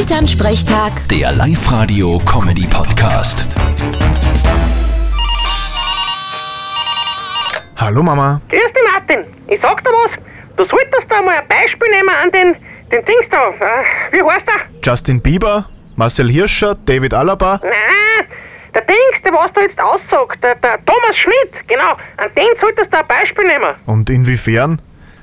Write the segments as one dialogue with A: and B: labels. A: Elternsprechtag,
B: Der Live-Radio-Comedy-Podcast.
C: Hallo Mama.
D: Grüß dich, Martin. Ich sag dir was. Du solltest da mal ein Beispiel nehmen an den, den Dings da. Äh, wie heißt der?
C: Justin Bieber, Marcel Hirscher, David Alaba.
D: Nein, der Dings, der was da jetzt aussagt. Der, der Thomas Schmidt, genau. An den solltest du ein Beispiel nehmen.
C: Und inwiefern?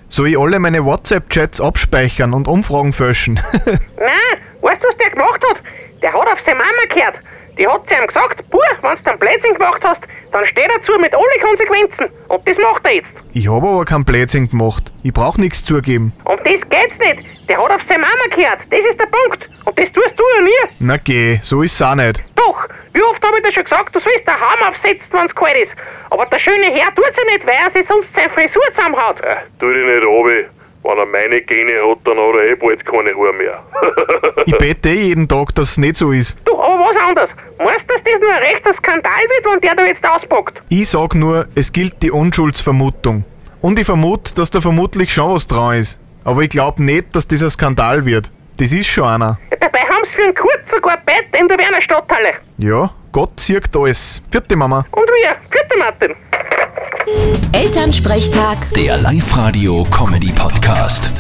C: Soll ich alle meine WhatsApp-Chats abspeichern und Umfragen fälschen?
D: Nein, weißt du, was der gemacht hat? Der hat auf seine Mama gehört. Die hat zu ihm gesagt, Buh, wenn du einen Blödsinn gemacht hast, dann steh dazu mit allen Konsequenzen. Und das macht er jetzt.
C: ich habe aber keinen Blödsinn gemacht. Ich brauche nichts zugeben.
D: Und das geht's nicht. Der hat auf seine Mama gehört. Das ist der Punkt. Und das tust du ja nie.
C: Na geh, so ist's auch nicht.
D: Doch, wie oft habe ich dir schon gesagt, du sollst den Hammer absetzen, wenn's kalt ist. Aber der schöne Herr tut's ja nicht, weil er sich sonst seine Frisur zusammenhaut.
E: Äh, tu dich nicht runter. Wenn er meine Gene hat, dann hat er eh bald keine Haare mehr.
C: Ich bete eh jeden Tag, dass es nicht so ist.
D: Du, aber was anderes. Meinst du, dass das nur ein rechter Skandal wird, wenn der da jetzt auspackt?
C: Ich sag nur, es gilt die Unschuldsvermutung. Und ich vermute, dass da vermutlich schon was dran ist. Aber ich glaube nicht, dass das ein Skandal wird. Das ist schon einer.
D: Ja, dabei haben's für einen Kurz sogar ein Bett in der Werner Stadthalle.
C: Ja, Gott zirkt alles. Vierte Mama.
D: Und wir. Vierte Martin.
A: Elternsprechtag.
B: Der Live-Radio-Comedy-Podcast.